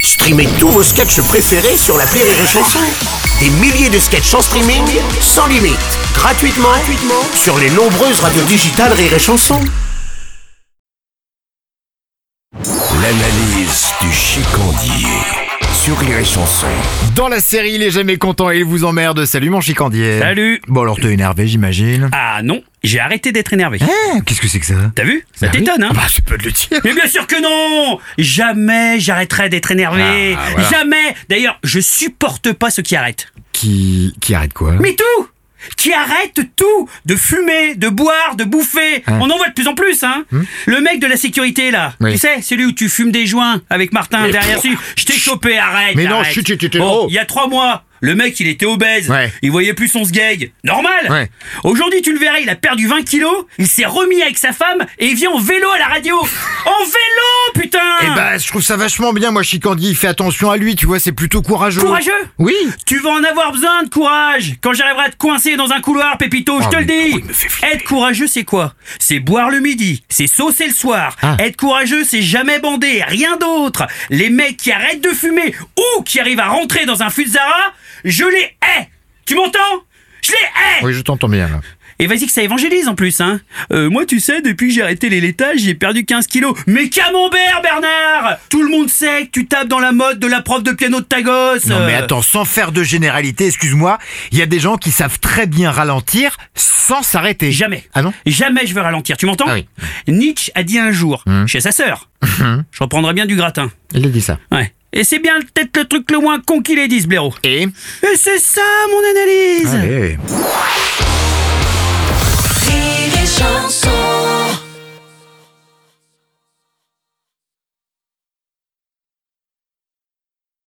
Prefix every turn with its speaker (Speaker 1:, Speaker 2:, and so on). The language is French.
Speaker 1: Streamez tous vos sketchs préférés sur la Rire et Chanson. Des milliers de sketchs en streaming, sans limite, gratuitement, gratuitement sur les nombreuses radios digitales Rire et Chanson. L'analyse du chicandier sur Rire et Chanson.
Speaker 2: Dans la série Il est jamais content et il vous emmerde. Salut mon chicandier.
Speaker 3: Salut
Speaker 2: Bon alors t'es énervé j'imagine.
Speaker 3: Ah non, j'ai arrêté d'être énervé.
Speaker 2: Hein Qu'est-ce que c'est que ça
Speaker 3: T'as vu Ça
Speaker 2: Bah oui.
Speaker 3: t'étonne, hein
Speaker 2: Bah je peux te le dire.
Speaker 3: Mais bien sûr que non Jamais j'arrêterai d'être énervé
Speaker 2: Ah, voilà.
Speaker 3: Jamais D'ailleurs, je supporte pas ceux qui arrêtent.
Speaker 2: Qui qui arrête quoi
Speaker 3: Mais tout qui arrêtent tout De fumer, de boire, de bouffer On en voit de plus en plus, hein Le mec de la sécurité, là,
Speaker 2: Hmm. Oui.
Speaker 3: tu sais, celui où tu fumes des joints avec Martin derrière dessus, je t'ai chopé, arrête
Speaker 2: Mais non,
Speaker 3: arrête.
Speaker 2: chut, chut, chut, chut.
Speaker 3: Bon,
Speaker 2: Oh.
Speaker 3: il y a trois mois, le mec, il était obèse,
Speaker 2: Ouais.
Speaker 3: il voyait plus son sgeg. Normal
Speaker 2: Ouais.
Speaker 3: Aujourd'hui, tu le verrais, il a perdu 20 kilos, il s'est remis avec sa femme et il vient en vélo à la radio En vélo, putain
Speaker 2: Eh ben je trouve ça vachement bien moi chicandier. Il fait attention à lui tu vois c'est plutôt courageux.
Speaker 3: Courageux
Speaker 2: Oui.
Speaker 3: Tu vas en avoir besoin de courage quand j'arriverai à te coincer dans un couloir, Pépito, je
Speaker 2: Oh,
Speaker 3: te
Speaker 2: mais-
Speaker 3: le dis
Speaker 2: oh, il me fait flipper.
Speaker 3: Être courageux, c'est quoi C'est boire le midi, c'est saucer le soir.
Speaker 2: Ah.
Speaker 3: Être courageux, c'est jamais bander, rien d'autre. Les mecs qui arrêtent de fumer ou qui arrivent à rentrer dans un Fuzara, je les hais Tu m'entends Je les hais
Speaker 2: Oui je t'entends bien là.
Speaker 3: Et vas-y que ça évangélise en plus, hein Euh, Moi, tu sais, depuis que j'ai arrêté les laitages, j'ai perdu 15 kilos. Mais camembert, Bernard Tout le monde sait que tu tapes dans la mode de la prof de piano de ta gosse
Speaker 2: Non mais
Speaker 3: euh.
Speaker 2: attends sans faire de généralité excuse-moi. Il y a des gens qui savent très bien ralentir sans s'arrêter.
Speaker 3: Jamais.
Speaker 2: Ah non
Speaker 3: Jamais je veux ralentir. Tu m'entends
Speaker 2: Ah oui. Hum.
Speaker 3: Nietzsche a dit un jour, chez sa sœur, je reprendrai bien du gratin.
Speaker 2: Il a dit ça.
Speaker 3: Ouais. Et c'est bien peut-être le truc le moins con qu'il ait dit, ce blaireau.
Speaker 2: Et
Speaker 3: Et c'est ça,
Speaker 2: Ah,
Speaker 3: mon analyse
Speaker 2: Allez.
Speaker 4: Rire et chanson.